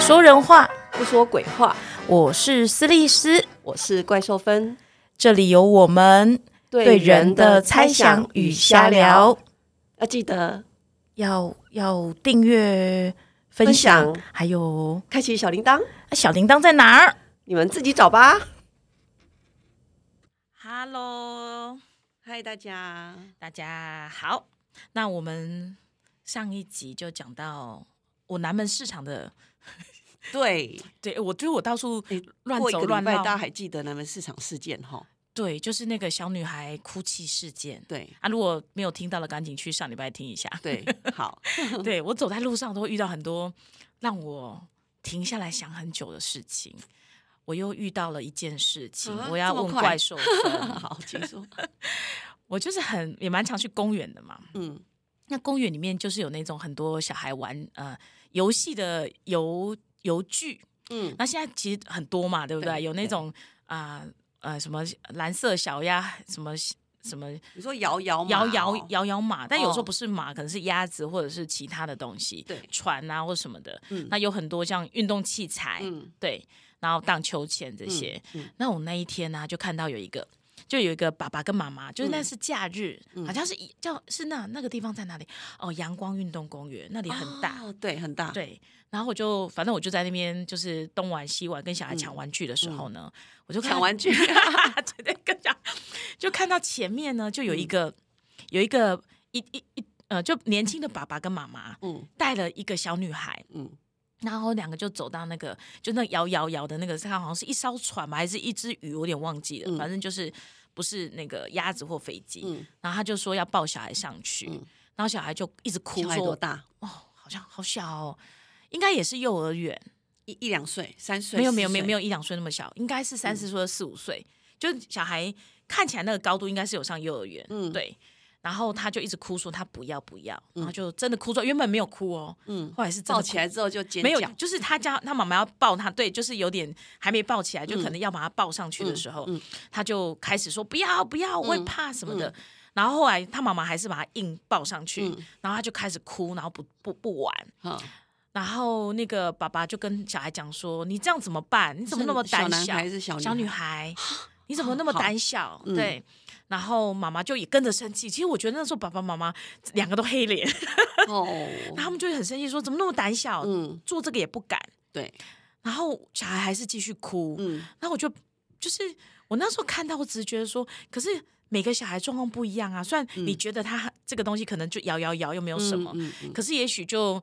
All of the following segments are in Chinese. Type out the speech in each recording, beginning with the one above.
说人话，不说鬼话。我是斯利斯，我是怪兽芬，这里有我们对人的猜想与瞎聊，，要记得要要订阅、分分享，享还有开启小铃铛，啊小铃铛在哪儿你们自己找吧。 ？Hello，嗨，大家，大家好。那我们上一集就讲到我南门市场的，对，对我觉得我到处诶乱过一走个乱礼拜，大家闹，还记得南门市场事件哈？对，就是那个小女孩哭泣事件。对啊，如果没有听到的，赶紧去上礼拜听一下。 对，好，对我走在路上都会遇到很多让我停下来想很久的事情。我又遇到了一件事情，啊我要这么问快 怪兽分。嗯好，请说。 我就是很也蛮常去公园的嘛。嗯，那公园里面就是有那种很多小孩玩呃游戏的游游具，嗯，那现在其实很多嘛，对不对？对有那对种啊呃什么蓝色小鸭，什么什么你说摇摇嘛摇摇哦，摇摇马，但有时候哦不是马，可能是鸭子或者是其他的东西，对船啊或什么的。嗯那有很多像运动器材，嗯对，然后荡秋千这些。嗯嗯那我那一天呢、就看到有一个。就有一个爸爸跟妈妈，嗯就是那是假日，好像是一叫是那那个地方在哪里？哦，阳光运动公园那里很大，哦，对，很大，，对。然后我就反正我就在那边就是东玩西玩，跟小孩抢玩具的时候呢，我就看嗯抢到玩具 对对，跟讲，就看到前面呢，就有一个、有一个一一一呃，就年轻的爸爸跟妈妈嗯带了一个小女孩，嗯然后两个就走到那个就那摇摇摇的那个，它好像是一艘船吧，还是一只鱼，我有点忘记了，嗯反正就是不是那个鸭子或飞机。嗯，然后他就说要抱小孩上去，嗯然后小孩就一直哭小孩多说大？哦，好像好小哦，应该也是幼儿园。一一两岁、三岁？没有没有四没岁嗯有没有一两岁那么小，应该是三四岁四五岁，就是小孩看起来那个高度应该是有上幼儿园，嗯对。然后他就一直哭说他不要不要，然后就真的哭出来，原本没有哭哦，嗯后来是真抱的起哭。来之后就尖没有叫，，就是他家他妈妈要抱他，对，就是有点还没抱起来，嗯就可能要把他抱上去的时候，他就开始说不要不要，我会嗯怕什么的。然后后来他妈妈还是把他硬抱上去，然后他就开始哭，然后不不不玩，嗯然后那个爸爸就跟小孩讲说：“你这样怎么办？你怎么那么是小胆小？男孩啊还是小女女孩？ 你怎么那么胆小？”嗯对。然后妈妈就也跟着生气。其实我觉得那时候爸爸妈妈两个都黑脸， 哦，然后他们就会很生气，说：“怎么那么胆小？嗯，做这个也不敢。对，”然后小孩还是继续哭。嗯。然后我就就是我那时候看到，我只是觉得说，可是每个小孩状况不一样啊。虽然你觉得他这个东西可能就摇摇摇，又没有什么，嗯嗯可是也许就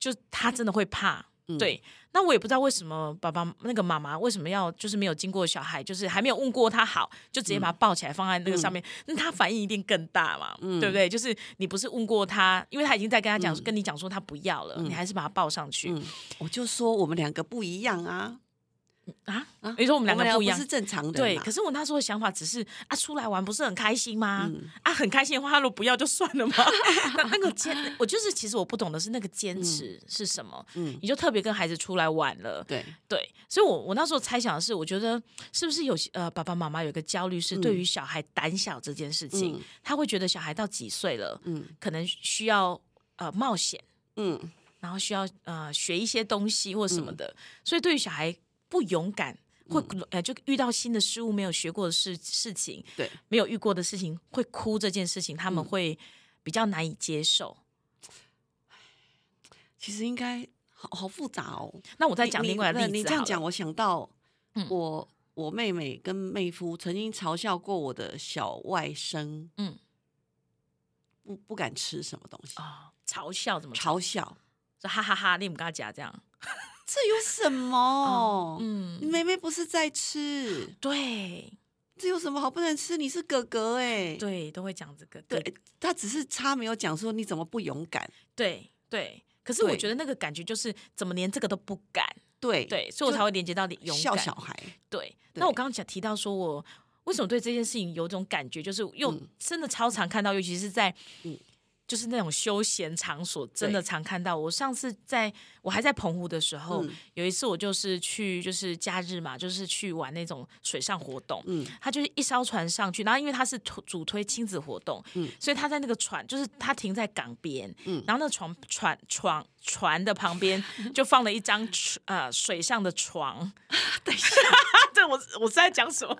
就他真的会怕。嗯对，那我也不知道为什么爸爸那个妈妈为什么要就是没有经过小孩，就是还没有问过他好，就嗯直接把他抱起来放在那个上面，那他反应一定更大嘛，嗯对不对？就是你不是问过他，因为他已经在跟他讲、跟你讲说他不要了，你还是把他抱上去、嗯，我就说我们两个不一样啊，啊啊？你说我们两个不一不样是，正常人嘛，对，可是我那时候的想法只是啊，出来玩不是很开心吗？嗯啊，很开心的话，他如果不要就算了嘛。 那那个坚，我就是其实我不懂的是那个坚持是什么。嗯你就特别跟孩子出来玩了，对，对，所以我我那时候猜想的是，我觉得是不是有些呃爸爸妈妈有一个焦虑是对于小孩胆小这件事情，嗯他会觉得小孩到几岁了，嗯可能需要呃冒险，嗯然后需要呃学一些东西或什么的，所以对于小孩不勇敢。会嗯呃，就遇到新的事物，没有学过的事事情，对，嗯没有遇过的事情，会哭这件事情，他们会比较难以接受。其实应该好好复杂哦。那我再你讲你另外不的是例你子这样好了讲，我想到嗯我我妹妹跟妹夫曾经嘲笑过我的小外甥，嗯不不敢吃什么东西，啊、嘲笑怎么嘲笑说哈哈哈，你们跟他讲这样，这有什么？你嗯，妹妹不是在吃，对这有什么好不能吃？你是哥哥哎、对，都会讲这个，对对，他只是差没有讲说你怎么不勇敢。对对。可是我对觉得那个感觉就是怎么连这个都不敢，对对，所以我才会连接到你勇笑敢。小孩，对，对那我刚刚讲提到说我为什么对这件事情有种感觉，就是又真的超常看到，尤其是在嗯就是那种休闲场所，真的对常看到。我上次在我还在澎湖的时候，嗯有一次我就是去，就是假日嘛，就是去玩那种水上活动。嗯他就是一艘船上去，然后因为他是主主推亲子活动，嗯所以他在那个船，就是他停在港边，嗯然后那床船船船的旁边 就放了一张呃水上的床。等一下， 对我我是在讲什么？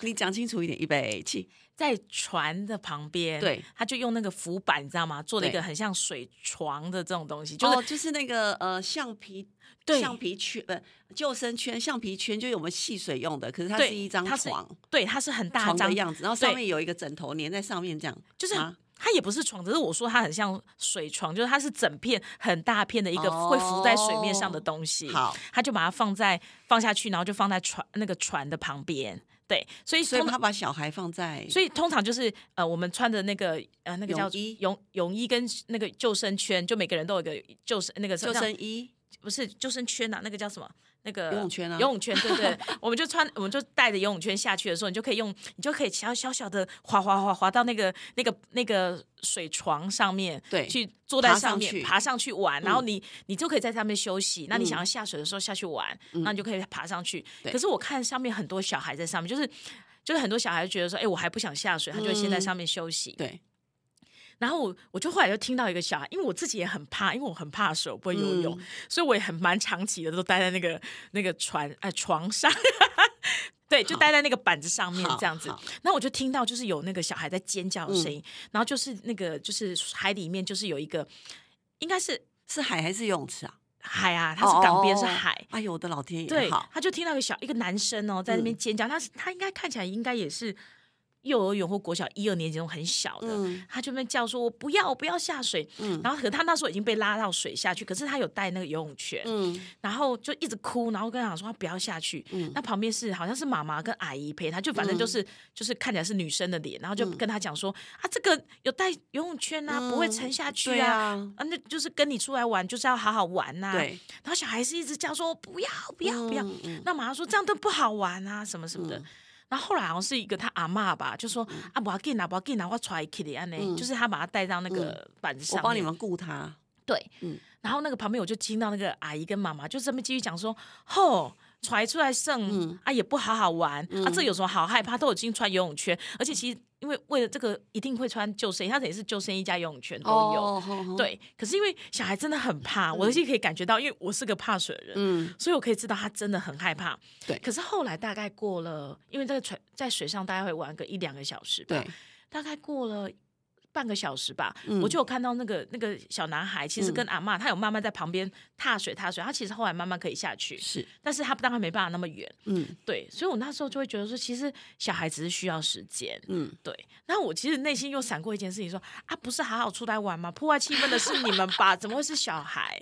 你讲清楚一点，预备起，在船的旁边，对，他就用那个浮板，你知道吗？做了一对哦个很像水床的这种东西，就、就是是就是那个呃橡皮对橡皮圈呃救生圈橡皮圈，就是我们戏水用的，可是它对是一张它是床对，它是很大床张的，样子，然后上对面有一个枕头粘在上面，这样就是很啊它也不是床，只是我说它很像水床，就是它是整片很大片的一个哦会浮在水面上的东西。好，他就把它放在放下去，然后就放在船那个船的旁边。对，所以所以通他把小孩放在所以通常就是呃，我们穿的那个呃那个叫泳衣泳泳衣跟那个救生圈，就每个人都有一个救生那个救像生衣，不是救生圈啊，那个叫什么？那个游泳圈啊游泳圈，对对， 对我们就穿，我们就带着游泳圈下去的时候，你就可以用，你就可以小小小的滑滑滑滑到那个那个那个水床上面，对去坐在爬上上面去嗯爬上去玩，然后你你就可以在上面休息。那你想要下水的时候下去玩，那你就可以爬上去。嗯对可是我看上面很多小孩在上面，就是。就是很多小孩就觉得说，哎、我还不想下水，他就会嗯先在上面休息。对，然后我我就后来就听到一个小孩，因为我自己也很怕，因为我很怕水，我不会游泳，嗯所以我也很蛮长期的都待在那个那个船呃床上， 对，就待在那个板子上面好这样子好。嗯那我就听到就是有那个小孩在尖叫的声音，然后就是那个就是海里面就是有一个应该是是海还是游泳池啊？海啊，它是港边是海。哦。哦哦哎呦，我的老天对爷！好，，嗯他就听到一个小一个男生哦，在那边尖叫，他是他应该看起来应该也是幼儿园或国小一二年级那种很小的，嗯他就在那边叫说：“我不要，我不要下水。嗯然后可他那时候已经被拉到水下去，可是他有带那个游泳圈，嗯，然后就一直哭，然后跟他讲说他不要下去。嗯那旁边是好像是妈妈跟阿姨陪他，就反正就是、就是看起来是女生的脸，然后就跟他讲说、啊，这个有带游泳圈啊，嗯不会沉下去对啊。啊，啊，那就是跟你出来玩，就是要好好玩呐、对，然后小孩是一直叫说不要不要不要，嗯嗯那妈妈说这样都不好玩啊，什么什么的。然后后来好像是一个他阿嬷吧，就说、嗯啊，不要紧啊，不要紧啊，我揣起的安呢，就是他把他带到那个板子上嗯我面。帮你们雇他。对，嗯然后那个旁边我就听到那个阿姨跟妈妈就这么继续讲说，吼。揣出来剩、嗯啊也不好好玩、啊，这有什么好害怕？都已经穿游泳圈，而且其实因为为了这个一定会穿救生衣，他等于是救生衣加游泳圈都有。哦，嗯好好，对，可是因为小孩真的很怕，我自己可以感觉到，因为我是个怕水的人，嗯，所以我可以知道他真的很害怕。对可是后来大概过了，因为在水在水上大概会玩个一两个小时吧，对，大概过了。半个小时吧，嗯我就有看到那个那个小男孩，其实跟阿嬷，他有慢慢在旁边踏水踏水，他其实后来慢慢可以下去，是， 但是他当然没办法那么远，嗯对，所以我那时候就会觉得说，其实小孩只是需要时间，嗯，对，那我其实内心又闪过一件事情说，啊，不是好好出来玩吗？破坏气氛的是你们吧？怎么会是小孩？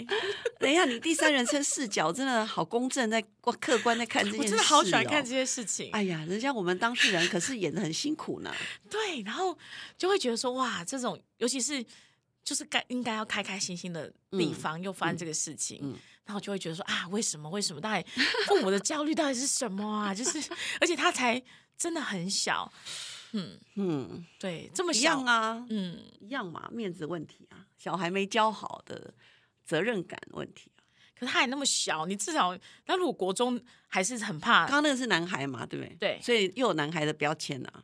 等一下，你第三人称视角真的好公正，在客观在看 这件我事、哦真的好喜欢看这。些事情。哎呀，人家我们当事人可是演的很辛苦呢。对，然后就会觉得说，哇，这种尤其是就是该应该要开开心心的地方，又发生这个事情，嗯然后就会觉得说啊，为什么？为什么？到底父母的焦虑到底是什么啊？就是， 而且他才真的很小， 嗯，对，这么一小样，啊，嗯。一样嘛，面子问题啊，小孩没教好的责任感问题啊。可是他还那么小，你至少那如果国中还是很怕刚，刚那个是男孩嘛，对不对？对所以又有男孩的标签啊。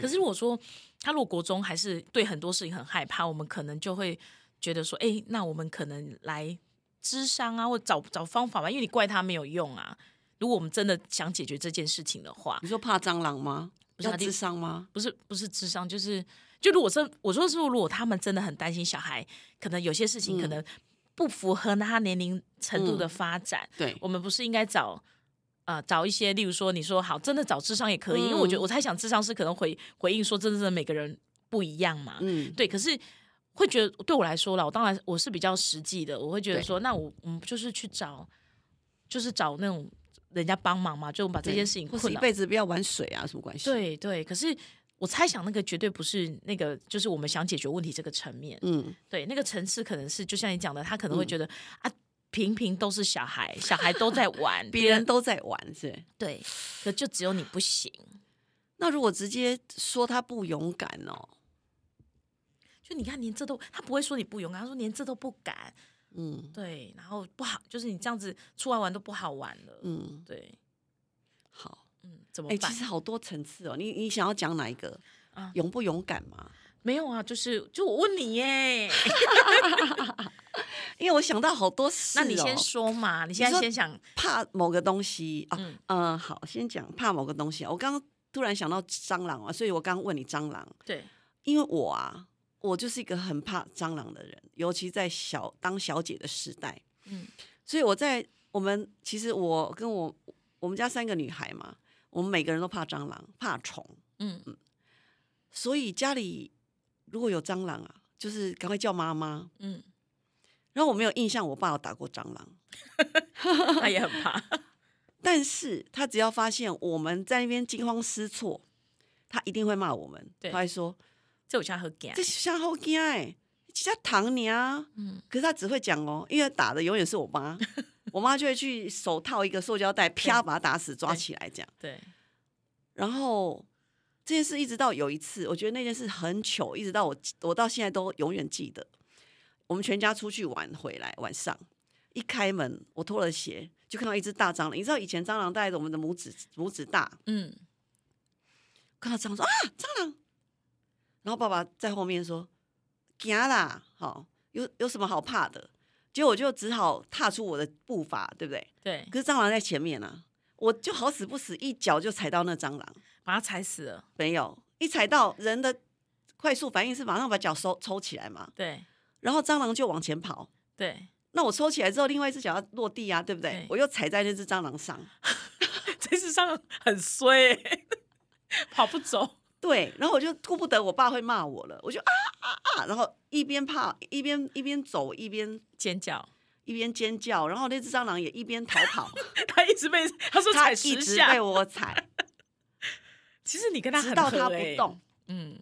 可是如果说他如果国中还是对很多事情很害怕，我们可能就会觉得说，哎、那我们可能来智商啊，或找找方法吧，因为你怪他没有用啊。如果我们真的想解决这件事情的话，你说怕蟑螂吗？不是要他就智商吗？不是不是智商，就是就如果是我说是，如果他们真的很担心小孩，可能有些事情可能不符合他年龄程度的发展，对，我们不是应该找呃找一些，例如说你说好，真的找智商也可以，因为我嗯觉得我猜想智商是可能回回应说，真正的每个人不一样嘛，嗯，对，可是。会觉得对我来说啦，我当然我是比较实际的，我会觉得对说，那我我们就是去找，就是找那种人家帮忙嘛，就我们把这件事情或是困一扰。辈子不要玩水啊，什么关系？，对对，可是我猜想那个绝对不是那个，就是我们想解决问题这个层面。嗯，对，那个层次可能是就像你讲的，他可能会觉得、啊，平平都是小孩，小孩都在玩， 别人都在玩是不是。对，可就只有你不行。那如果直接说他不勇敢哦，就你看，连这都他不会说你不勇敢，他说连这都不敢。嗯对，然后不好，就是你这样子出来玩都不好玩了。嗯，对，好。嗯，怎么哎、办？其实好多层次哦，你你想要讲哪一个？啊勇不勇敢嘛？没有啊，就是就我问你哎耶，因为我想到好多事、哦，那你先说嘛，你现在说先想，怕某个东西啊，嗯嗯、呃，好，先讲怕某个东西啊。我刚刚突然想到蟑螂啊，所以我刚刚问你蟑螂，对，因为我啊，我就是一个很怕蟑螂的人，尤其在小当小姐的时代，嗯所以我在我们其实我跟我我们家三个女孩嘛，我们每个人都怕蟑螂，怕虫，嗯，所以家里如果有蟑螂啊，就是赶快叫妈妈。嗯，然后我没有印象我爸有打过蟑螂，他也很怕， 但是他只要发现我们在那边惊慌失措，他一定会骂我们，对他会说这我家很敢这，像好惊哎，几家糖你啊。嗯可是他只会讲哦，因为打的永远是我 妈，我妈就会去手套一个塑胶袋，啪把他打死，抓起来这样。对，然后这件事一直到有一次，我觉得那件事很糗，一直到我我到现在都永远记得。我们全家出去玩回来，晚上一开门，我脱了鞋就看到一只大蟑螂。你知道以前蟑螂大概我们的拇指拇指大，嗯，看到蟑螂说啊蟑螂，然后爸爸在后面说惊啦，好、有有什么好怕的？结果我就只好踏出我的步伐，对不对？对，可是蟑螂在前面啊，我就好死不死一脚就踩到那蟑螂。把他踩死了，没有，一踩到人的快速反应是马上把脚收抽起来嘛，对然后蟑螂就往前跑。 对，那我抽起来之后，另外一只脚要落地啊，对不对？对我又踩在那只蟑螂上，这世上很衰 欸，跑不走，对，然后我就顾不得我爸会骂我了，我就啊啊啊，然后一边怕一边一边走一边尖叫，一边尖叫，然后那只蟑螂也一边逃 跑，他一直被他说它踩一十直下被，我 踩，其实你跟他直很到合它不欸，动。嗯，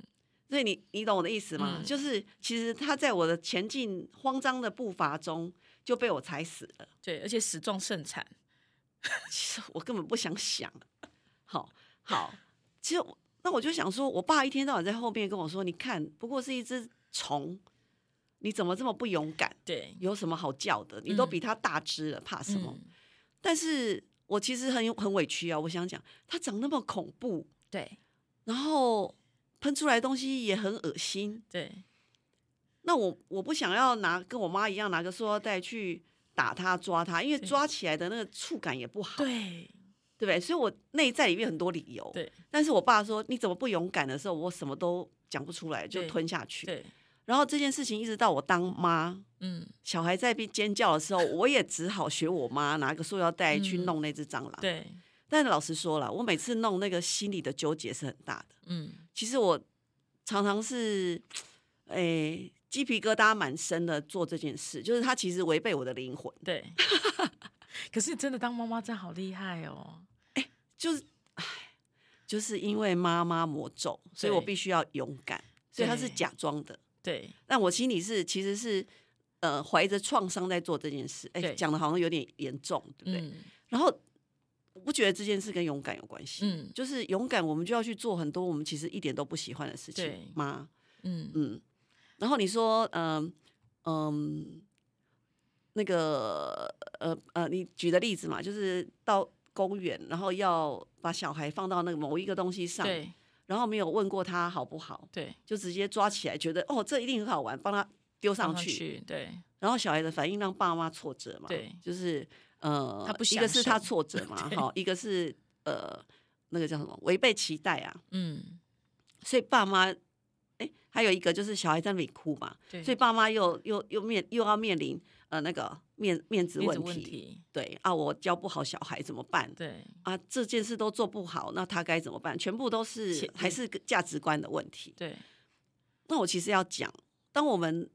所以你你懂我的意思吗？嗯就是其实它在我的前进慌张的步伐中就被我踩死了。对，而且死状盛产，其实我根本不想想。好好，其实我那我就想说，我爸一天到晚在后面跟我说：“你看，不过是一只虫，你怎么这么不勇敢？对，有什么好叫的？你都嗯比它大只了，怕什么？”嗯？但是我其实很很委屈啊，我想讲，它长那么恐怖，对然后喷出来的东西也很恶心。对，那我我不想要拿跟我妈一样拿个塑料袋去打它抓它，因为对抓起来的那个触感也不好。对对不对？所以我内在里面很多理由。对但是我爸说你怎么不勇敢的时候，我什么都讲不出来，就对吞下去。对，然后这件事情一直到我当妈，嗯，小孩在边尖叫的时候，我也只好学我妈拿个塑料袋去嗯弄那只蟑螂。对，但老实说了，我每次弄那个心里的纠结是很大的。嗯，其实我常常是，诶、鸡皮疙瘩满身的做这件事，就是它其实违背我的灵魂。 对。可是真的当妈妈真好厉害哦，就是，唉，就是因为妈妈魔咒，所以我对必须要勇敢，所以他是对假装的，对但我心里是其实是呃怀着创伤在做这件事。哎、对讲的好像有点严重，对不对？嗯然后我不觉得这件事跟勇敢有关系，嗯就是勇敢，我们就要去做很多我们其实一点都不喜欢的事对情吗？嗯，嗯，然后你说，嗯、嗯。那个呃呃，你举的例子嘛，就是到公园，然后要把小孩放到那个某一个东西上，对然后没有问过他好不好，对，就直接抓起来，觉得哦这一定很好玩，帮他丢放上去，去，对然后小孩的反应让爸妈挫折嘛，对就是呃，他不一享个是他受挫 折嘛，对哈，一个是呃那个叫什么违背期待啊，嗯所以爸妈。哎，还有一个就是小孩在那里哭嘛，对，所以爸妈又又又面又要面临呃那个面面子面问子题，问题，嗯对啊，我教不好小孩怎么办？对啊，这件事都做不好，那他该怎么办？全部都前是还是个价值观的问题。对那我其实要讲，当我们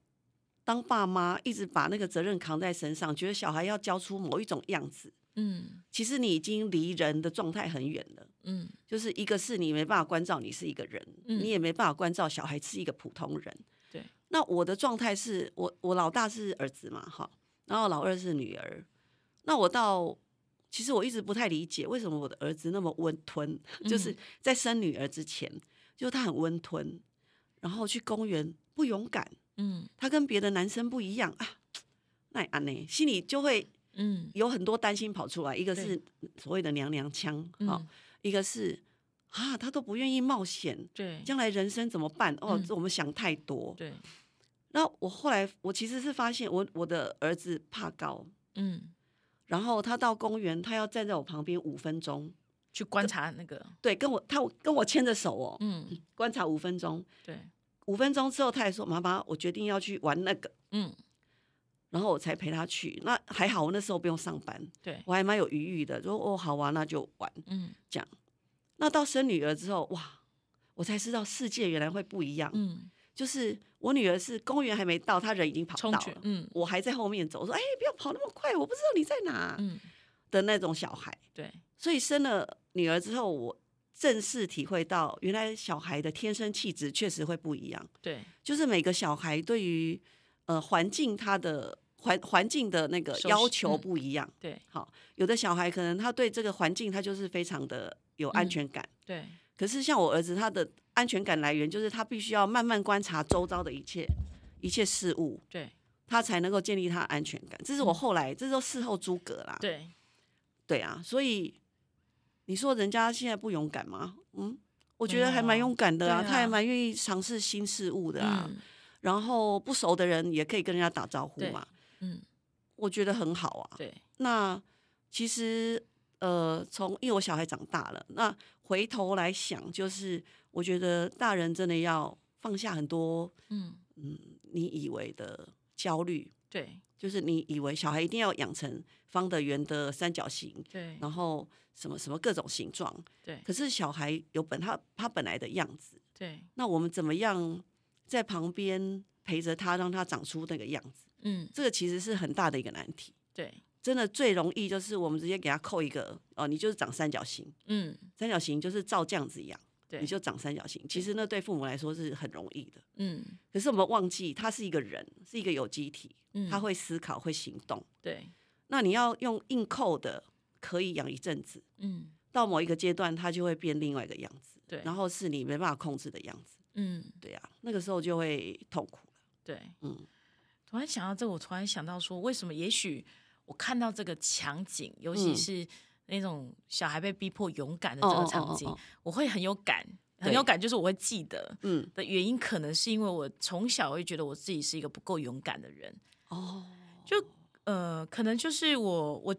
当爸妈一直把那个责任扛在身上，觉得小孩要教出某一种样子，嗯其实你已经离人的状态很远了。嗯就是一个是你没办法关照你是一个人，嗯你也没办法关照小孩是一个普通人。对，那我的状态是我我老大是儿子嘛，哈，然后老二是女儿。那我到其实我一直不太理解为什么我的嗯儿子那么温吞，就是在生女儿之前，就是他很温吞，然后去公园不勇敢，嗯他跟别的男生不一样啊，那也安呢，心里就会嗯有很多担心跑出来，一个对是所谓的娘娘腔哈、嗯，一个是啊他都不愿意冒险，对将来人生怎么办？哦，嗯这我们想太多。对，那我后来我其实是发现我我的儿子怕高，嗯，然后他到公园，他要站在我旁边五分钟，去观察那个，对，跟我他跟我牵着手哦，嗯，观察五分钟，对，五分钟之后，他也说：“妈妈，我决定要去玩那个。嗯”然后我才陪他去。那还好，我那时候不用上班，对，我还蛮有余裕的。说：“哦，好啊，那就玩。嗯”那到生女儿之后，哇，我才知道世界原来会不一样。嗯，就是我女儿是公园还没到，她人已经跑冲到去了，，嗯我还在后面走。我说：“哎，不要跑那么快，我不知道你在哪。嗯，的那种小孩。对，所以生了女儿之后，我正式体会到，原来小孩的天生气质确实会不一样。对，就是每个小孩对于呃环境他的环环境的那个熟悉要求嗯不一样。对，好，有的小孩可能他对这个环境他就是非常的有安嗯全感，对，可是像我儿子他的安全感来源就是他必须要慢慢观察周遭的一切一切事物。对，他才能够建立他的安全感，这是嗯我后来，这都事后诸葛啦。对，对啊，所以你说人家现在不勇敢吗？嗯，我觉没得还蛮有啊勇敢的啊，对他还啊蛮愿意尝试新事物的啊。嗯然后不熟的人也可以跟人家打招呼对嘛，嗯，我觉得很好啊。对，那其实呃，从因为我小孩长大了，那回头来想，就是我觉得大人真的要放下很多嗯，你以为的焦虑，对，就是你以为小孩一定要养成方的、圆的、三角形，对，然后什么什么各种形状，对，可是小孩有本他他本来的样子，对，那我们怎么样在旁边陪着他，让他长出那个样子？嗯，这个其实是很大的一个难题。对，真的最容易就是我们直接给他扣一个哦，你就是长三角形，嗯，三角形就是照这样子养，对，你就长三角形。其实那对父母来说是很容易的，嗯可是我们忘记他是一个人，是一个有机体，嗯，他会思考，会行动。对，那你要用硬扣的，可以养一阵子，嗯到某一个阶段，他就会变另外一个样子，对，然后是你没办法控制的样子。嗯对啊，那个时候就会痛苦了。对。嗯，突然想到这个，我突然想到说，为什么？也许我看到这个场景，尤其嗯是那种小孩被逼迫勇敢的这个场景，哦哦哦哦我会很有感，很对有感，就是我会记得嗯，的原因，可能是因为我从小会觉得我自己是一个不够勇敢的人，哦，就呃，可能就是我我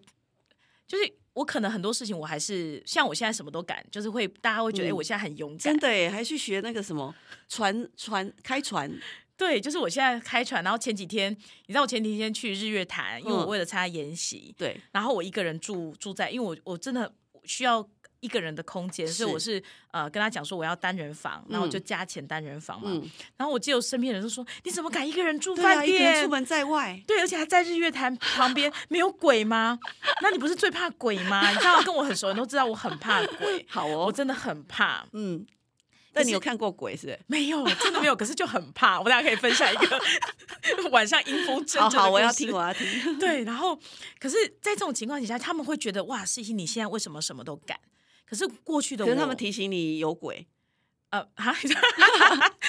就是。我可能很多事情我还是像我现在什么都敢，就是会大家会觉得、嗯哎，我现在很勇敢真，的耶，还去学那个什么船船开船，对，就是我现在开船。然后前几天，你知道我前几天去日月潭，因为我嗯为了参加研习，对，然后我一个人住住在，因为我我真的需要一个人的空间，所以是我是呃跟他讲说我要单人房，然后我就加钱单人房嘛。嗯，然后我记得我身边的人就说：“你怎么敢一个人住对啊，饭一个人店？”出门在外，对，而且还在日月潭旁边，没有鬼吗？那你不是最怕鬼吗？你知道跟我很熟的人都知道我很怕鬼，好我哦，真的很怕。嗯，但你是有看过鬼是不是？没有，真的没有，可是就很怕。我大家可以分享一个 晚上阴风阵阵的好好，我要故事听，我要听。 对，然后可是，在这种情况底下，他们会觉得哇，西西你现在为什么什么都敢？可是过去的可我，是他们提醒你有鬼，呃哈，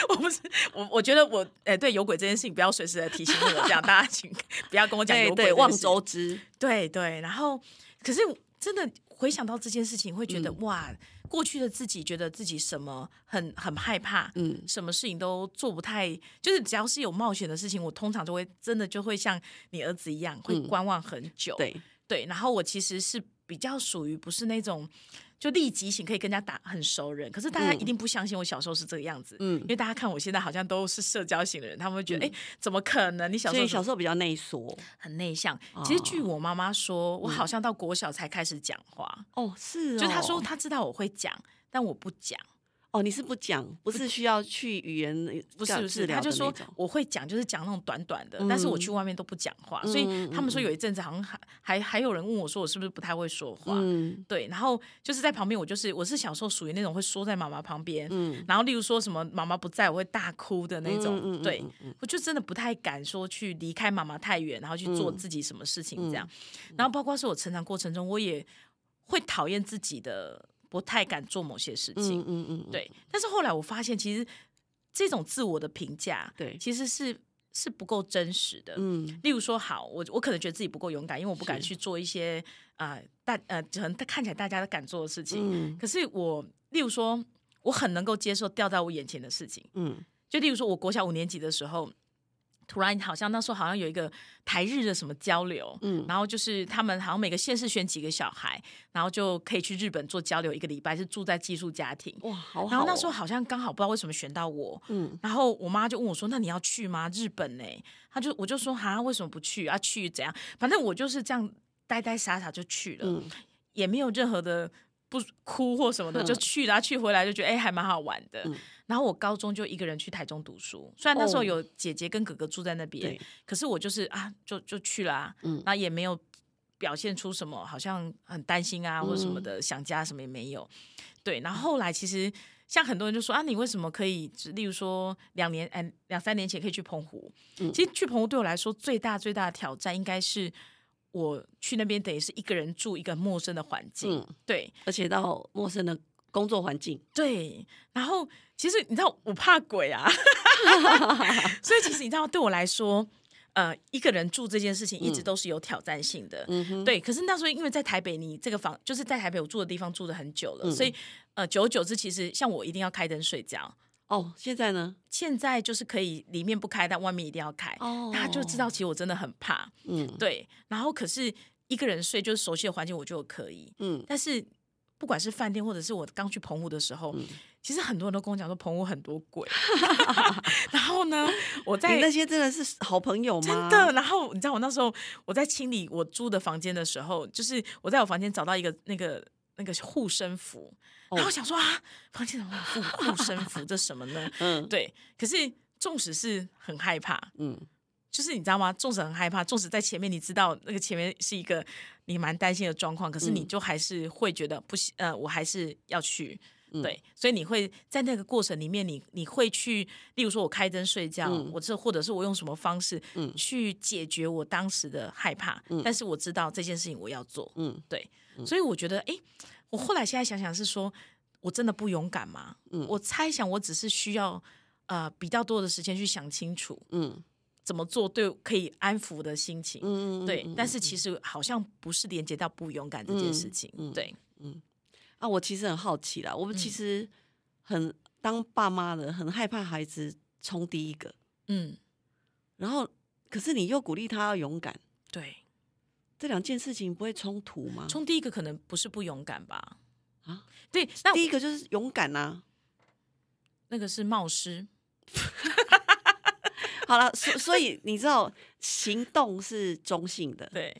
我不是我，我觉得我哎、对有鬼这件事情不要随时的提醒我，这样大家请不要跟我讲 对有鬼对，这件望事周，知，对对。然后可是真的回想到这件事情，会觉得、嗯哇，过去的自己觉得自己什么很很害怕，嗯，什么事情都做不太，就是只要是有冒险的事情，我通常就会真的就会像你儿子一样，会嗯观望很久，对，对，然后我其实是比较属于不是那种就立即型可以跟人家打很熟人，可是大家一定不相信我小时候是这个样子，嗯因为大家看我现在好像都是社交型的人，他们会觉得哎、诶怎么可能？你小时所以候小怎么时候比较内缩，很内向。其实据哦我妈妈说，我好像到国小才开始讲话，哦，嗯是哦，就是她说她知道我会讲，但我不讲。哦，你是不讲，不是需要去语言不是不治是，疗他的就那说种，嗯我会讲，就是讲那种短短的，但是我去外面都不讲话，所以他们说有一阵子好像还还还有人问我说我是不是不太会说话，嗯对，然后就是在旁边，我就是我是小时候属于那种会缩在妈妈旁边，嗯然后例如说什么妈妈不在我会大哭的那种，嗯嗯嗯对嗯我就真的不太敢说去离开妈妈太远，然后去嗯做自己什么事情这样。然后包括是我成长过程中，我也会讨厌自己的不太敢做某些事情，嗯嗯嗯，对。但是后来我发现，其实这种自我的评价，对其实是是不够真实的。嗯，例如说，好，我我可能觉得自己不够勇敢，因为我不敢是去做一些啊、呃大呃可能看起来大家都敢做的事情。嗯可是我，例如说，我很能够接受掉在我眼前的事情。嗯就例如说，我国小五年级的时候，突然好像那时候好像有一个台日的什么交流，嗯然后就是他们好像每个县市选几个小孩，然后就可以去日本做交流一个礼拜，是住在寄宿家庭。哇，好好哦、然后那时候好像刚好不知道为什么选到我，嗯然后我妈就问我说：“那你要去吗？日本呢、她就我就说：“哈，为什么不去？啊，去怎样？反正我就是这样呆呆傻傻就去了，嗯也没有任何的不哭或什么的，嗯就去了。啊去回来就觉得哎、还蛮好玩的。嗯然后我高中就一个人去台中读书，虽然那时候哦有姐姐跟哥哥住在那边，对可是我就是啊，就就去啦、啊，嗯然后也没有表现出什么，好像很担心啊或者什嗯么的，想家什么也没有。对，然后后来其实像很多人就说啊，你为什么可以，例如说两年哎两三年前可以去澎湖，嗯其实去澎湖对我来说最大最大的挑战应该是。我去那边等于是一个人住一个陌生的环境，嗯，对，而且到陌生的工作环境，对，然后其实你知道我怕鬼 啊，所以其实你知道对我来说，呃，一个人住这件事情一直都是有挑战性的。嗯哼，对，可是那时候因为在台北，你这个房就是在台北我住的地方住的很久了，嗯所以呃，久而久之，其实像我一定要开灯睡觉。哦，现在呢，现在就是可以里面不开，但外面一定要开，哦大家就知道，其实我真的很怕。嗯对，然后可是一个人睡就是熟悉的环境，我觉得我可以。嗯，但是不管是饭店或者是我刚去澎湖的时候，嗯其实很多人都跟我讲说澎湖很多 鬼。然后呢，我你那在些真的是好朋友真吗？的，，然后你知道我那时候我在清理我租的房间的时候，就是我在我房间找到一个那个。那个护身符，然哦后我想说啊，房间怎么有护护身符？这什么呢？ 嗯对，可是纵使是很害怕，嗯就是你知道吗？纵使很害怕，纵使在前面你知道那个前面是一个你蛮担心的状况，可是嗯你就还是会觉得不行，呃，我还是要去。嗯对，所以你会在那个过程里面你，你会去，例如说我开灯睡觉，我这或者是我用什么方式，嗯去解决我当时的害怕，但是我知道这件事情我要做，嗯对，所以我觉得，诶，我后来现在想想是说，我真的不勇敢吗？嗯我猜想我只是需要呃比较多的时间去想清楚，嗯怎么做对可以安抚的心情。嗯，对，嗯但是其实好像不是连接到不勇敢这件事情。嗯嗯对，啊，我其实很好奇啦，我们嗯其实很、当爸妈的很害怕孩子冲第一个，嗯，然后可是你又鼓励他要勇敢，对。这两件事情不会冲突吗？冲第一个可能不是不勇敢吧？嗯啊，对，那第一个就是勇敢啊呐、那个是冒失。好了，所所以你知道，行动是中性的，对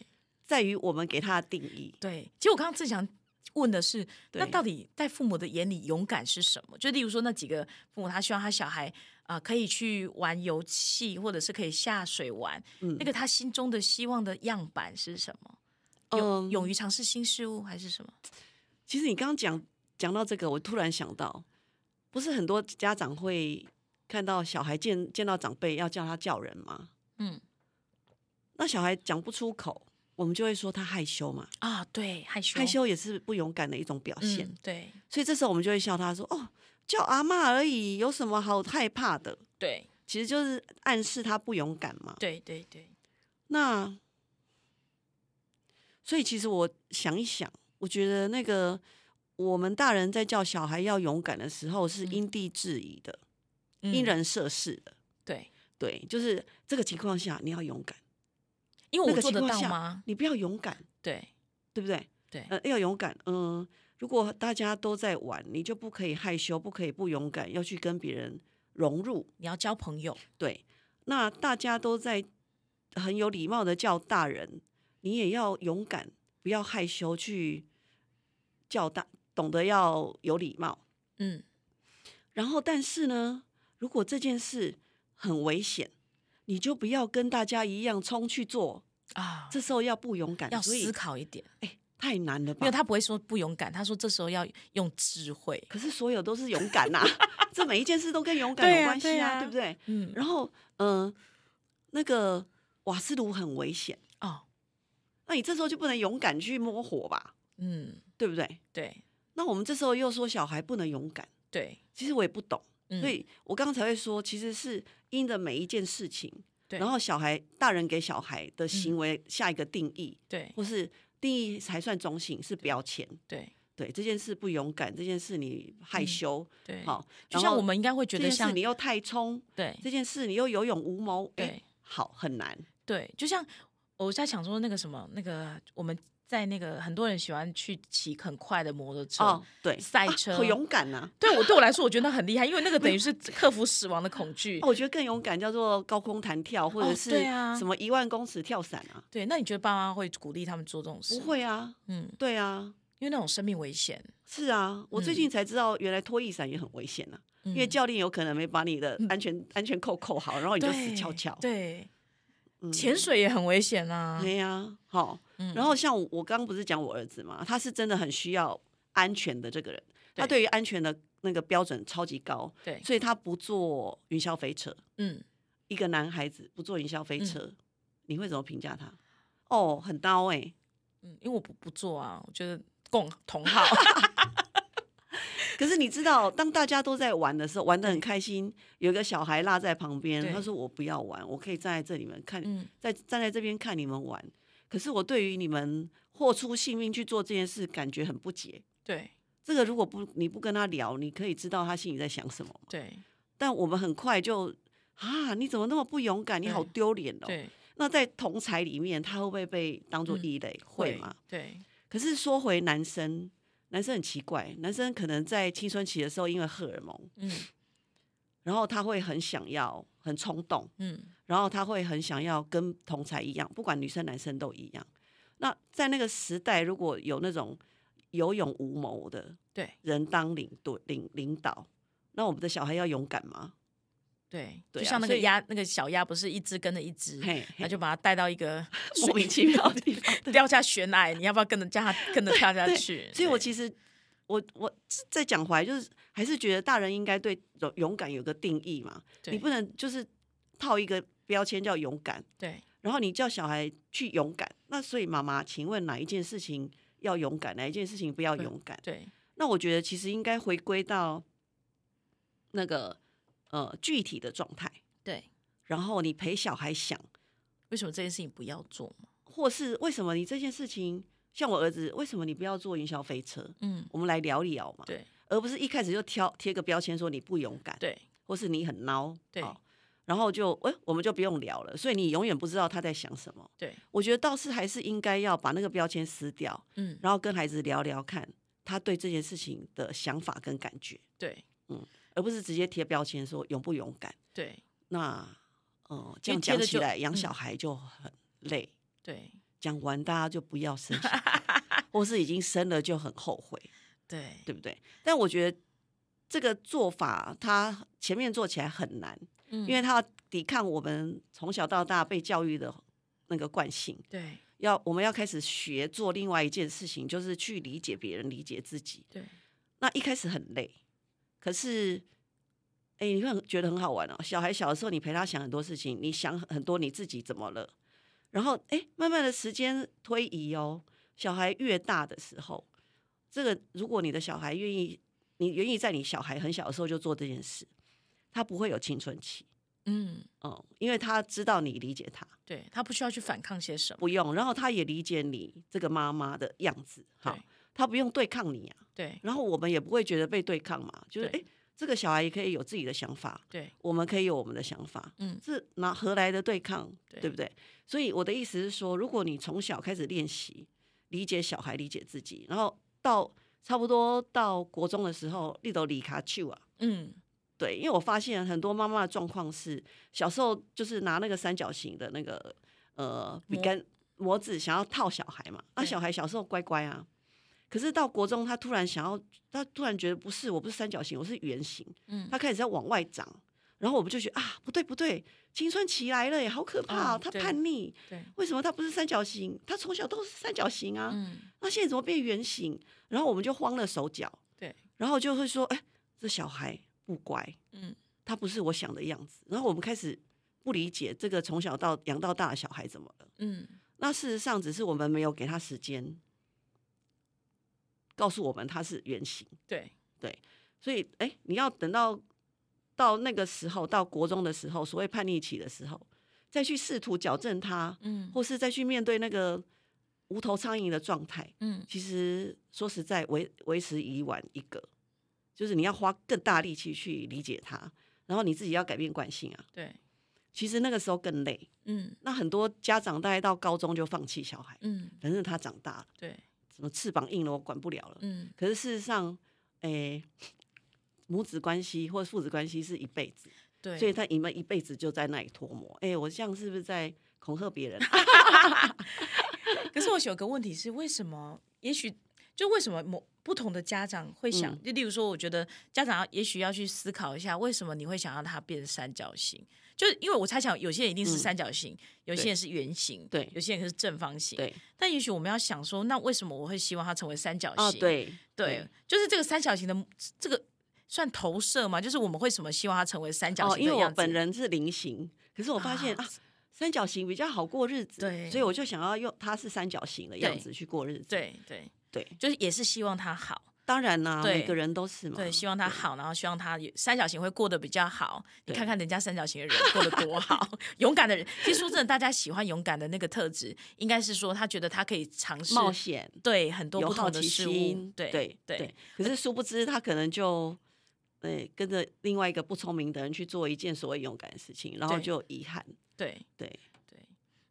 在于我们给他的定义。对，其实我刚刚正想问的是，那对到底在父母的眼里，勇敢是什么？就例如说那几个父母，他希望他小孩啊、呃可以去玩游戏，或者是可以下水玩，嗯那个他心中的希望的样板是什么？勇嗯，勇于尝试新事物还是什么？其实你刚刚讲讲到这个，我突然想到，不是很多家长会看到小孩见见到长辈要叫他叫人吗？嗯那小孩讲不出口，我们就会说他害羞嘛，啊，对，害羞害羞也是不勇敢的一种表现。嗯，对所以这时候我们就会笑他说：“哦，叫阿妈而已，有什么好害怕的对？”其实就是暗示他不勇敢嘛。对对对，那所以其实我想一想，我觉得那个我们大人在叫小孩要勇敢的时候，是嗯因地制宜的、嗯因人设事的。对，对，就是这个情况下你要勇敢，因为那我个做情得况到下吗？你不要勇敢，对对不对？对，呃，要勇敢。嗯、如果大家都在玩，你就不可以害羞，不可以不勇敢，要去跟别人融入。你要交朋友，对，那大家都在很有礼貌的叫大人，你也要勇敢，不要害羞去叫大，懂得要有礼貌。嗯，然后，但是呢，如果这件事很危险，你就不要跟大家一样冲去做。啊，这时候要不勇敢，要所以思考一点，哎，太难了吧？没有他不会说不勇敢，他说这时候要用智慧，可是所有都是勇 敢呐、啊这每一件事都跟勇敢对有啊关系对啊，啊对不对？嗯，然后，嗯、那个瓦斯炉很危险，哦，那你这时候就不能勇敢去摸火吧，嗯，对不对？对那我们这时候又说小孩不能勇敢，对，其实我也不懂，嗯所以我刚才会说，其实是因着每一件事情，对嗯然后小孩大人给小孩的行为下一个定义，对或是定义才算中性，是标签。对对这件事不勇敢，这件事你害羞，嗯对，好，就然像后我们应该会觉这得件事像你又太冲，对这件事你又有勇无谋，哎对好很难。对，就像我在想说那个什么那个我们在那个很多人喜欢去骑很快的摩托车，哦，对，赛啊车很勇敢呐、对我对我来说我觉得那很厉害，因为那个等于是克服死亡的恐惧哦，。我觉得更勇敢叫做高空弹跳，或者哦是对啊什么一万公尺跳伞啊？对，那你觉得爸妈会鼓励他们做这种事？不，会啊，嗯，对啊，因为那种生命危险，是啊，我最近才知道原来拖曳伞也很危险啊，因为嗯教练有可能没把你的安全、安全扣扣好，然后你就死对翘翘。对，嗯潜水也很危险啊。对呀，好。嗯然后像我我刚刚不是讲我儿子嘛，他是真的很需要安全的这个人，他对对于安全的那个标准超级高，对，所以他不坐云霄飞车。嗯，一个男孩子不坐云霄飞嗯车，你会怎么评价他？哦，很刀哎、嗯，因为我不不做啊，我觉得共同 好，可是你知道，当大家都在玩的时候，玩的很开心，有一个小孩落在旁边对，他说：“我不要玩，我可以站在这里面看，嗯，在站在这边看你们玩。”可是我对于你们豁出性命去做这件事，感觉很不解。对这个如果不你不跟他聊，你可以知道他心里在想什么。对但我们很快就啊，你怎么那么不勇敢？你好对丢脸哦！对，那在同才里面，他会不会被当做嗯异类？会吗？？对可是说回男生，男生很奇怪，男生可能在青春期的时候，因为荷尔蒙，嗯然后他会很想要、很冲动，嗯，然后他会很想要跟同才一样，不管女生男生都一样。那在那个时代，如果有那种有勇无谋的对人当领队、领领导，那我们的小孩要勇敢吗？对，对就啊像那个所以鸭，那个小鸭不是一只跟着一只，嘿，那嘿就把它带到一个莫名其妙的地方。 掉下悬崖，你要不要跟着叫它跟着跳下对去？所以我对其实我我再讲回来，就是还是觉得大人应该对勇勇敢有个定义嘛，对你不能就是套一个标签叫勇敢，对然后你叫小孩去勇敢。那所以妈妈，请问哪一件事情要勇敢，哪一件事情不要对勇敢？对那我觉得其实应该回归到那个呃具体的状态，对，然后你陪小孩想，为什么这件事情不要做嘛？或是为什么你这件事情，像我儿子，为什么你不要坐云霄飞车？嗯，我们来聊一聊嘛。对而不是一开始就挑贴个标签说你不勇敢，对或是你很孬，对哦然后就哎、我们就不用聊了。所以你永远不知道他在想什么。对，我觉得倒是还是应该要把那个标签撕掉，嗯然后跟孩子聊聊看他对这件事情的想法跟感觉，对而不是直接贴标签说勇不勇敢。对那呃，这因为贴样讲了起就来养嗯小孩就很累，对讲完大家就不要生小孩， 或是已经生了就很后悔。对对不对？但我觉得这个做法，它前面做起来很难，嗯因为它要抵抗我们从小到大被教育的那个惯性。对要我们要开始学做另外一件事情，就是去理解别人，理解自己。对那一开始很累，可是，哎，你会很觉得很好玩哦。小孩小的时候，你陪他想很多事情，你想很多你自己怎么了，然后哎，慢慢的时间推移哦，小孩越大的时候，这个如果你的小孩愿意，你愿意在你小孩很小的时候就做这件事，他不会有青春期，嗯，嗯，因为他知道你理解他。对他不需要去反抗些什么，不用，然后他也理解你这个妈妈的样子，好对，他不用对抗你啊，对然后我们也不会觉得被对抗嘛，就是对诶，这个小孩也可以有自己的想法，对我们可以有我们的想法，嗯这哪何来的对抗，对对不对？所以我的意思是说，如果你从小开始练习理解小孩，理解自己，然后到差不多到国中的时候，你都理卡丘啊。嗯对，因为我发现很多妈妈的状况是，小时候就是拿那个三角形的那个呃笔模杆模子想要套小孩嘛，那对小孩小时候乖乖啊，可是到国中他突然想要，他突然觉得不是，我不是三角形，我是圆形，嗯他开始在往外长，然后我们就觉得啊，不对不对，青春期来了耶，好可怕、哦哦，他对叛逆，对为什么他不是三角形？他从小都是三角形啊，嗯那现在怎么变圆形？然后我们就慌了手脚，对然后就会说，哎，这小孩不乖。嗯他不是我想的样子。然后我们开始不理解这个从小到养到大的小孩怎么了。嗯那事实上只是我们没有给他时间，告诉我们他是原型。对所以，哎，你要等到到那个时候，到国中的时候，所谓叛逆期的时候，再去试图矫正他，嗯或是再去面对那个无头苍蝇的状态，嗯其实说实在，为为时已晚一个，就是你要花更大力气去理解他，然后你自己要改变惯性啊。对，其实那个时候更累。嗯那很多家长大概到高中就放弃小孩，嗯反正他长大了，对，什么翅膀硬了，我管不了了。嗯可是事实上，诶、母子关系或父子关系是一辈子，对，所以他你们一辈子就在那里脱模。诶、我这样是不是在恐 吓别人啊？可是我有个问题是，为什么？也许就为什么某不同的家长会想，嗯就例如说，我觉得家长要也许要去思考一下，为什么你会想让它变三角形？就是因为我猜想，有些人一定是嗯三角形，有些人是圆形，对有些人是正方形。对但也许我们要想说，那为什么我会希望它成为三角形？啊，对对，就是这个三角形的这个算投射嘛？就是我们为什么希望它成为三角哦，形因为的我样子？本人是菱形，可是我发现啊啊。三角形比较好过日子，对所以我就想要用它是三角形的样对子去过日子。对对，对，就是也是希望它好。当然啦、对每个人都是嘛。对，希望他好，然后希望他也三角形会过得比较好。你对看看人家三角形的人过得多好， 勇敢的人。其实说真的，大家喜欢勇敢的那个特质，应该是说他觉得他可以尝试冒险，对很多有不好同的奇事心物。，对对对，可是殊不知，他可能就，呃，跟着另外一个不聪明的人去做一件所谓勇敢的事情，然后对就有遗憾。对对对，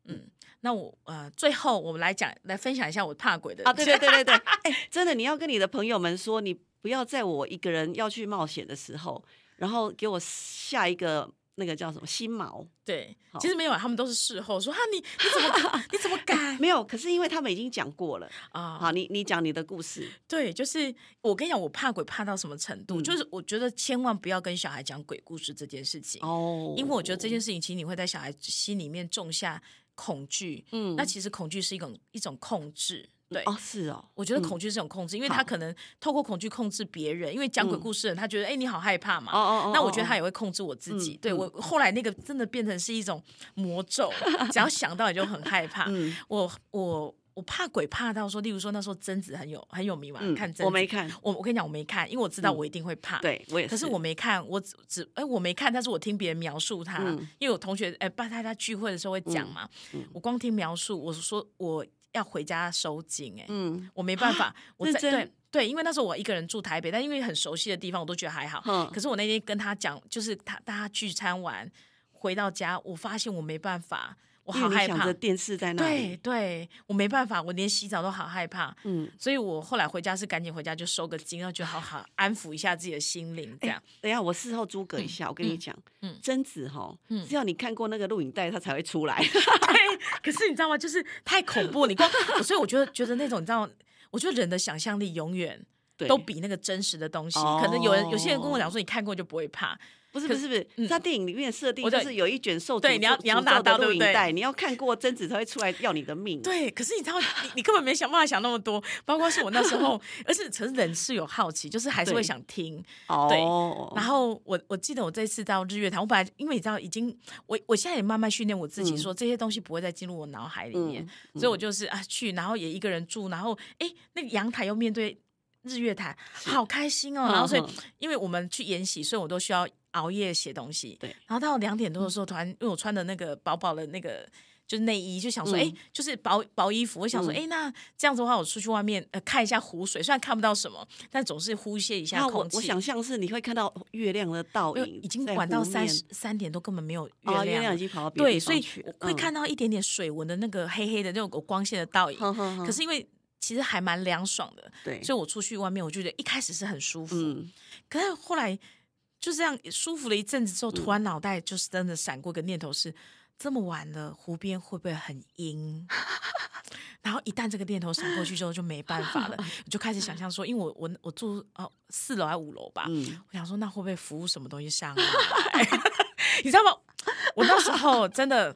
嗯。那我呃，最后我们来讲，来分享一下我怕鬼的啊，对对对 对对，哎、真的，你要跟你的朋友们说，你不要在我一个人要去冒险的时候，然后给我下一个那个叫什么心锚。对好其实没有，啊，他们都是事后说啊，你你怎 么你怎么敢没有，可是因为他们已经讲过了。啊？好，你你讲你的故事，对，就是我跟你讲，我怕鬼怕到什么程度？嗯就是我觉得千万不要跟小孩讲鬼故事这件事情。哦，因为我觉得这件事情，其实你会在小孩心里面种下恐惧。嗯那其实恐惧是一种一种控制，对。哦是哦，我觉得嗯恐惧是一种控制，因为好他可能透过恐惧控制别人，因为讲鬼嗯故事的人，他觉得哎、你好害怕嘛，哦哦哦，那我觉得他有也会控制我自己。嗯对嗯我后来那个真的变成是一种魔咒，只要想到你就很害怕。嗯我我我怕鬼怕到说，例如说那时候贞子很有很有名嘛，嗯，看贞子，我没看，我我跟你讲我没看，因为我知道嗯我一定会怕。对我也可是我没看，我只只哎、我没看，但是我听别人描述他，嗯因为我同学哎，爸、大家聚会的时候会讲嘛，我光听描述，我说我要回家收紧哎、嗯我没办法，我在认真对对，因为那时候我一个人住台北，但因为很熟悉的地方，我都觉得还好。嗯可是我那天跟他讲，就是他大家聚餐完回到家，我发现我没办法，我因为好你害想怕着，电视在那对里，对，我没办法，我连洗澡都好害怕。嗯，所以我后来回家是赶紧回家就收个经，然后觉得好好安抚一下自己的心灵，这样。等一下我事后诸葛一下，我跟你嗯讲嗯，贞子哈嗯，只要你看过那个录影带，它才会出来。对， 可是你知道吗？就是太恐怖了， 你光，所以我觉得觉得那种你知道，我觉得人的想象力永远对哦都比那个真实的东西，可能有人有些人跟我讲说你看过就不会怕，不是可不是不是，它电影里面设定我就对是有一卷受对诅你要咒你要诅拿咒到的对录不影对带，你要看过贞子才会出来要你的命。对，可是你知道，你你根本没想办法想那么多，包括是我那时 候，而且可是人是有好奇，就是还是会对想听，哦，然后我我记得我这次到日月潭，我本来因为你知道已经我我现在也慢慢训练我自己嗯说，这些东西不会再进入我脑海里面，嗯所以我就是啊去，然后也一个人住，然后哎那个阳台又面对日月潭，好开心哦。嗯然后所以嗯因为我们去研习，所以我都需要熬夜写东西。对，嗯然后到两点多的时候，突然因为我穿的那个薄薄的那个。就是内衣，就想说，嗯哎、就是薄薄衣服。我想说，嗯哎、那这样子的话，我出去外面呃看一下湖水，虽然看不到什么，但总是呼吸一下那空啊我气。我想象是你会看到月亮的倒因为影，已经晚到三十，三点，都根本没有月亮了。哦，月亮已经跑到别的对，地所方以去了，我会嗯看到一点点水纹的那个黑黑的那种光线的倒影。哼哼哼可是因为其实还蛮凉爽的，嗯对，所以我出去外面，我就觉得一开始是很舒服，嗯，可是后来就这样舒服了一阵子之后，突嗯然脑袋就是真的闪过一个念头是：这么晚了，湖边会不会很阴？ 然后一旦这个念头闪过去之后，就没办 法了，我就开始想象说，因为我我我住哦四楼还是五楼吧，嗯我想说那会不会服务什么东西上来？ 你知道吗？我那时候真的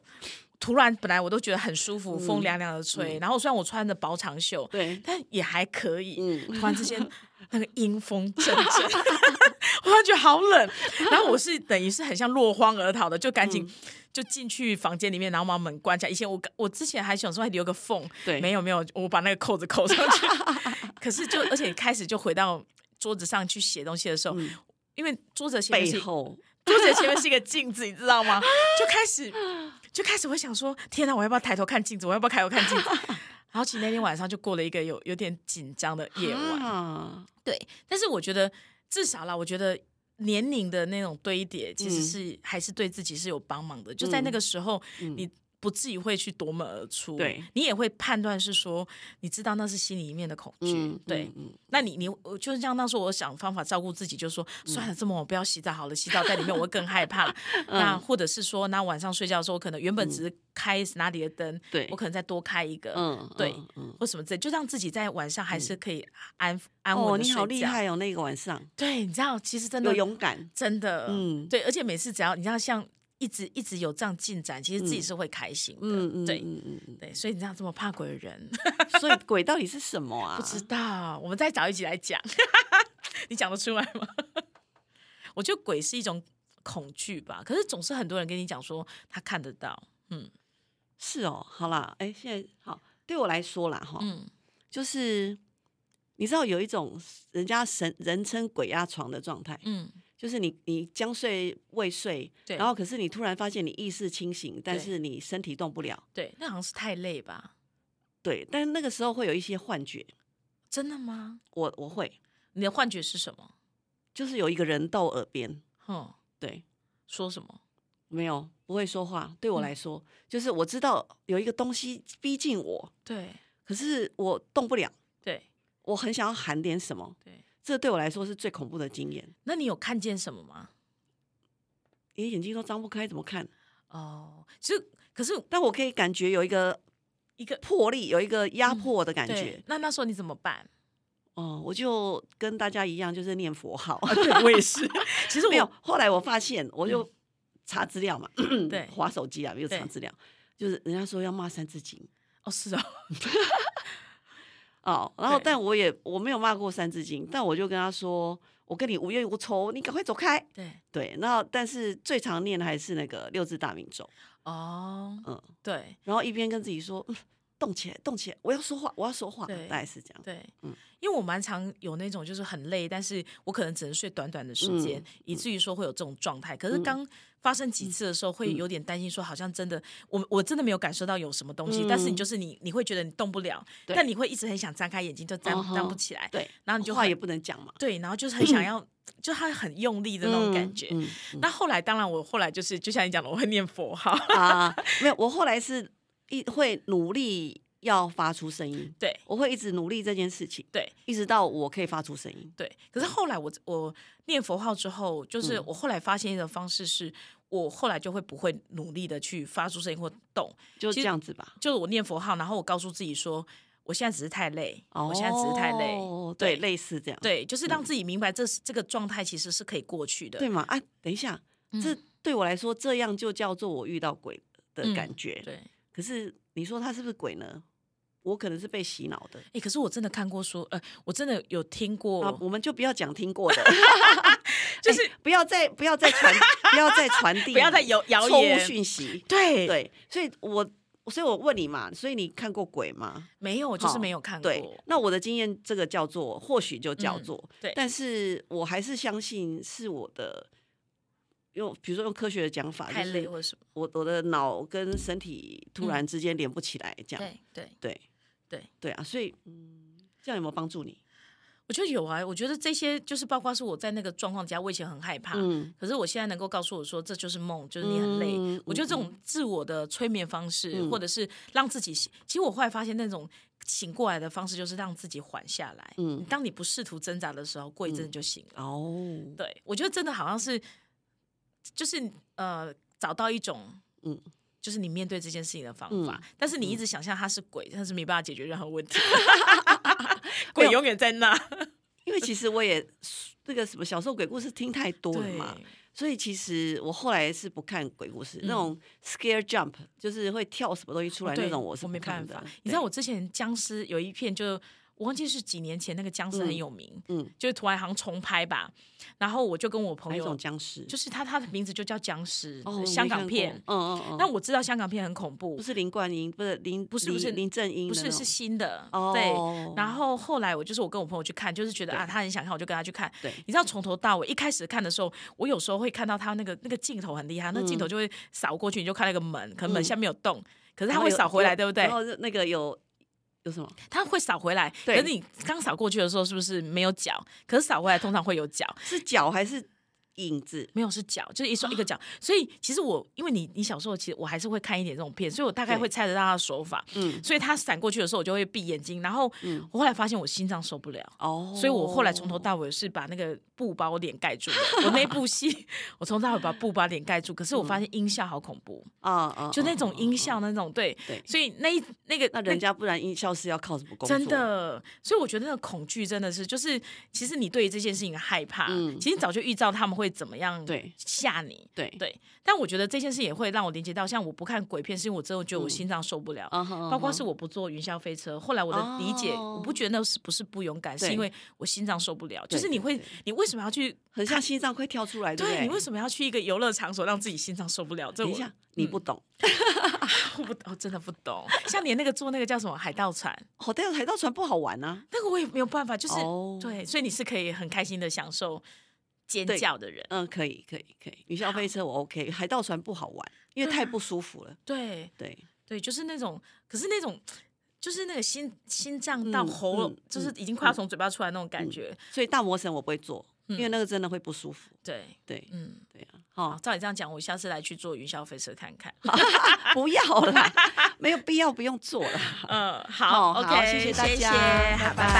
突然本来我都觉得很舒嗯服，风凉凉的吹，然后虽然我穿着薄长袖，对，但也还可以。嗯突然之间，那个阴风阵 阵，我感觉得好冷。然后我是等于是很像落荒而逃的，就赶紧嗯就进去房间里面，然后把门关起来。以前我我之前还想说还留个缝，对没有没有，我把那个扣子扣上去。 可是就而且开始就回到桌子上去写东西的时候，因为桌子写嗯 背后就觉得前面是一个镜子，你知道吗？就开始就开始会想说，天哪，我要不要抬头看镜子？我要不要抬头看 镜子？然后其实那天晚上就过了一个有有点紧张的夜晚，啊对。但是我觉得至少啦，我觉得年龄的那种堆叠，其实嗯嗯是、还是对自己是有帮忙的。就在那个时候，你。不至于会去夺门而出，对你也会判断是说，你知道那是心里面的恐惧，嗯，对，嗯，那你你我就是像那时候，我想方法照顾自己，就说嗯算了，这么我不要洗澡好了，洗澡在里面我会更害 怕。嗯那或者是说，那晚上睡觉的时候，我可能原本只是开哪里的灯，对我可能再多开一个，嗯，对嗯，嗯或什么之类，就让自己在晚上还是可以安安稳哦，地你睡好厉觉。害哦，那个晚上对，你知道，其实真有的勇敢，真的，嗯对，而且每次只要你知道像。一直一直有这样进展，其实自己是会开心的，嗯嗯，对嗯嗯嗯对，所以你知道这么怕鬼的人，嗯，所以鬼到底是什么啊？不知道，我们再找一集来讲。 你讲得出来吗？ 我觉得鬼是一种恐惧吧，可是总是很多人跟你讲说他看得到，是哦，好啦，哎，现在好，对我来说啦，哈，嗯，就是你知道有一种人家神人称鬼压床的状态，嗯，就是你你将睡未睡，对然后可是你突然发现你意识清醒，但对是你身体动不了，对，那好像是太累吧？对，但是那个时候会有一些幻觉，真的吗？我我会你的幻觉是什么？就是有一个人到我耳边，哼，对，说什么？没有不会说话，对嗯我来说、就是我知道有一个东西逼近我，对可是我动不了，对我很想要喊点什么，对，这对我来说是最恐怖的经验。那你有看见什么吗？你眼睛都张不开，怎么看？哦，其实可是但我可以感觉有一个一个魄力，有一个压迫我的感嗯对觉。，那那时候你怎么 办？哦、我就跟大家一样，就是念佛号。啊对我也是， 其实我 没有，后来我发现，我就查资料嘛，对 划手机啊，没有查对资料。就是人家说要骂三字经哦是哦，哦，然后对但我也我没有骂过三字经，但我就跟他说，我跟你无冤无仇，你赶快走开。对对，然后但是最常念的还是那个六字大明咒，哦，嗯，对，然后一边跟自己说，嗯动起来，动起来，我要说话，我要说话，对大概是这样。对，嗯因为我蛮常有那种就是很累，但是我可能只能睡短短的时间，嗯以至于说会有这种状态。可是刚发生几次的时候，嗯会有点担心，说好像真的，我我真的没有感受到有什么东西，但是你嗯就是你，你会觉得你动不了，对但你会一直很想张开眼睛，就张嗯哼张不起来，对，然后你就话很也不能讲嘛，对，然后就是很想要，就他很用力的那种感觉。嗯嗯那后来，当然我后来就是，就像你讲的，我会念佛号， 嗯啊，没有，我后来是一会努力要发出声音，对我会一直努力这件事情，对，一直到我可以发出声音。对，可是后来我我念佛号之后，嗯就是我后来发现一个方式是，我后来就会不会努力的去发出声音或动，就其这实样子吧。就是我念佛号，然后我告诉自己说，我现在只是太累，我现在只是太累，哦对，对类似这样，对，就是让自己明白这是这个状态其实是可以过去的，嗯对嘛？啊，等一下，这对我来说，这样就叫做我遇到鬼的感觉。对。哎、可是你说他是不是鬼呢？我可能是被洗脑的。可是我真的看过说，呃，我真的有听过，啊，我们就不要讲听过的， 就是哎不要再不要再传不要再传 递不要再谣谣错误言讯息。对对，所以我所以我问你嘛，所以你看过鬼吗？没有，就是好没有看过，嗯对，那我的经验这个叫做或许就叫做，对但是我还是相信是我的。用比如说用科学的讲法，太就累是或者什么，我我的脑跟身体突然之间连不起来，这样、对对。对嗯对对啊，所以嗯，这样有没有帮助你？我觉得有啊，我觉得这些就是包括是我在那个状况底下，我以前很害怕，嗯，可是我现在能够告诉我说，这就是梦，就是你很累。嗯我觉得这嗯种自我的催眠方式，嗯或者是让自己醒，其实我后来发现那种醒过来的方式，就是让自己缓下来。嗯嗯，当你不试图挣扎的时候，过一阵子就醒了。哦，对，我觉得真的好像是，就是呃，找到一种嗯嗯。就是你面对这件事情的方法，但是你一直想象它是鬼，但是没办法解决任何问 题。没鬼有永远在那，因为其实我也那个什么小时候鬼故事听太多了对，嗯嘛，所以其实我后来是不看鬼故事，那种 scare jump 就是会跳什么东西出来哦对那种，我是我不没办看的。法对。你知道我之前僵尸有一片就。我忘记是几年前那个僵尸很有名，嗯，就是突然好像重拍吧，然后我就跟我朋哪一友种，僵尸？就是他他的名字就叫僵尸，呃哦，我没香港看过片。嗯嗯嗯，那我知道香港片很恐怖不，是林冠英，不是林，不是不是林正英不的那是种，是新的，哦，对。然后后来我就是我跟我朋友去看，就是觉得啊他很想看，我就跟他去看。对你知道从头到尾一开始看的时候，我有时候会看到他那个那个镜头很厉害，那镜头就会扫过去，你就看那个门，可能门嗯下面有洞，可是他然后会有扫回来，有哦对不对然？后是那个有有什么？他会扫回来，可对是你刚扫过去的时候是不是没有脚？可是扫回来通常会有脚，是脚还是影子？没有是脚，就是一双一个 脚。所以其实我因为你你小时候其实我还是会看一点这种片，所以我大概对会猜得到他的手法。嗯，所以他闪过去的时候，我就会闭眼睛，然后嗯我后来发现我心脏受不了。哦，所以我后来从头到尾是把那个布把我脸盖 住了。我那部戏，我从头到尾把布把脸盖住，可是我发现音效好恐怖，啊啊，就那啊种音，效那种对对，所以那一那个啊啊那人家不然音效是要靠什么工作？真，的，所以我觉得那个恐惧真的是，就是其实你对于这件事情的害怕，嗯其实你早就预兆他们会怎么样对吓你。对，对，但我觉得这件事也会让我连接到，像我不看鬼片，是因为我真的觉得我心脏受不了。啊哈，包括啊哈是我不坐云霄飞车，后来我的理解，哦我不觉得那是不是不勇敢，是对因为我心脏受不了。对就是你对会对，你为什么要去？很像心脏快跳出来，不对你为对？什么要去一个游乐场所让自己心脏受不了？这等我一下，你嗯不懂，我不我真的不懂。像你那个坐那个叫什么海盗船，好，但海盗船不好玩啊。那个我也没有办法，就是、哦对，所以你是可以很开心的享受尖对叫的人。嗯，可以，可以，可以。云霄飞车我 OK，海盗船不好玩，因为对太啊不舒服了。对对，对，就是那种，可是那种，就是那个心心脏到嗯喉咙，嗯就是已经快要从嘴巴出来那种感觉。所以大魔神我不会做，因为嗯那个真的会不舒服。对，对，嗯，对啊，好， 好，照你这样讲，我下次来去坐云霄飞车看 看。不要啦，没有必要，不用做了。嗯，好好，OK，谢谢大谢家好，拜拜拜